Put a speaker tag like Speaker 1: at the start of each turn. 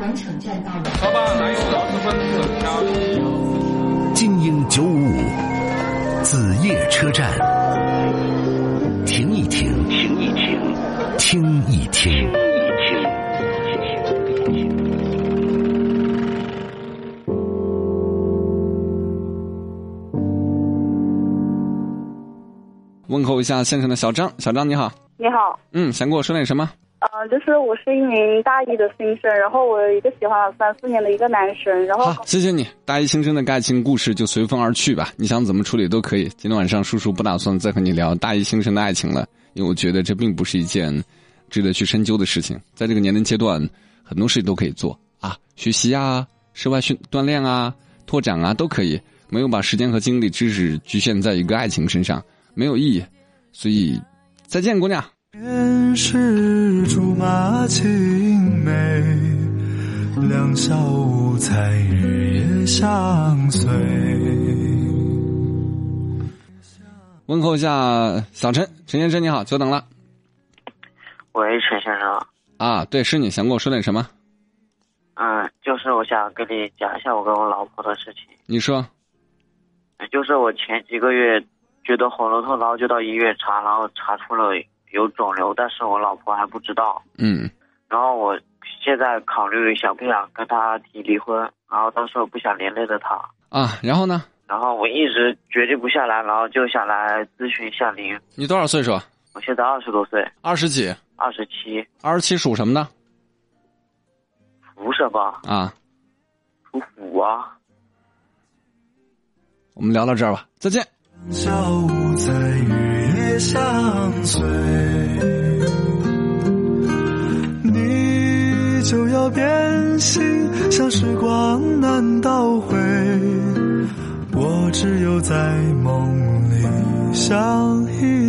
Speaker 1: 羊城站大楼。
Speaker 2: 好吧，来由老师分次挑。
Speaker 3: 金鹰九五五子夜车站，停一停，停一停，听一听，听一听。
Speaker 2: 问候一下现场的小张，小张你好，
Speaker 4: 你好，
Speaker 2: 嗯，想跟我说点什么？
Speaker 4: 呃，就是我是一名大一的新生，然后我一个喜欢了三四年的一个男生，然后
Speaker 2: 好，谢谢你。大一新生的爱情故事就随风而去吧，你想怎么处理都可以。今天晚上叔叔不打算再和你聊大一新生的爱情了，因为我觉得这并不是一件值得去深究的事情。在这个年龄阶段，很多事情都可以做啊，学习啊，室外训锻炼啊，拓展啊，都可以。没有把时间和精力、知识局限在一个爱情身上，没有意义。所以，再见，姑娘。
Speaker 5: 前世竹马青梅，两小无猜，日夜相随。
Speaker 2: 问候一下小陈，陈先生你好，久等了
Speaker 6: 喂，陈先生，
Speaker 2: 啊！对，是你想跟我说点什么？
Speaker 6: 嗯，就是我想跟你讲一下我跟我老婆的事情，呃
Speaker 2: 你说。
Speaker 6: 就是我前几个月觉得喉咙痛，然后就到医院查，然后查出了有肿瘤，但是我老婆还不知道，
Speaker 2: 嗯，
Speaker 6: 然后我现在考虑想不想跟她提离婚，然后但是我不想连累着她，
Speaker 2: 啊，然后呢？
Speaker 6: 然后我一直决定不下来，然后就想来咨询一下您。
Speaker 2: 你多少岁数啊？
Speaker 6: 我现在二十多岁，
Speaker 2: 二十几，
Speaker 6: 二十七，
Speaker 2: 二十七属什么的？
Speaker 6: 属什么？
Speaker 2: 啊，
Speaker 6: 属虎啊。
Speaker 2: 我们聊到这儿吧，再见。
Speaker 5: 两小无猜，日夜相随。你就要变心，像时光难倒回。我只有在梦里相依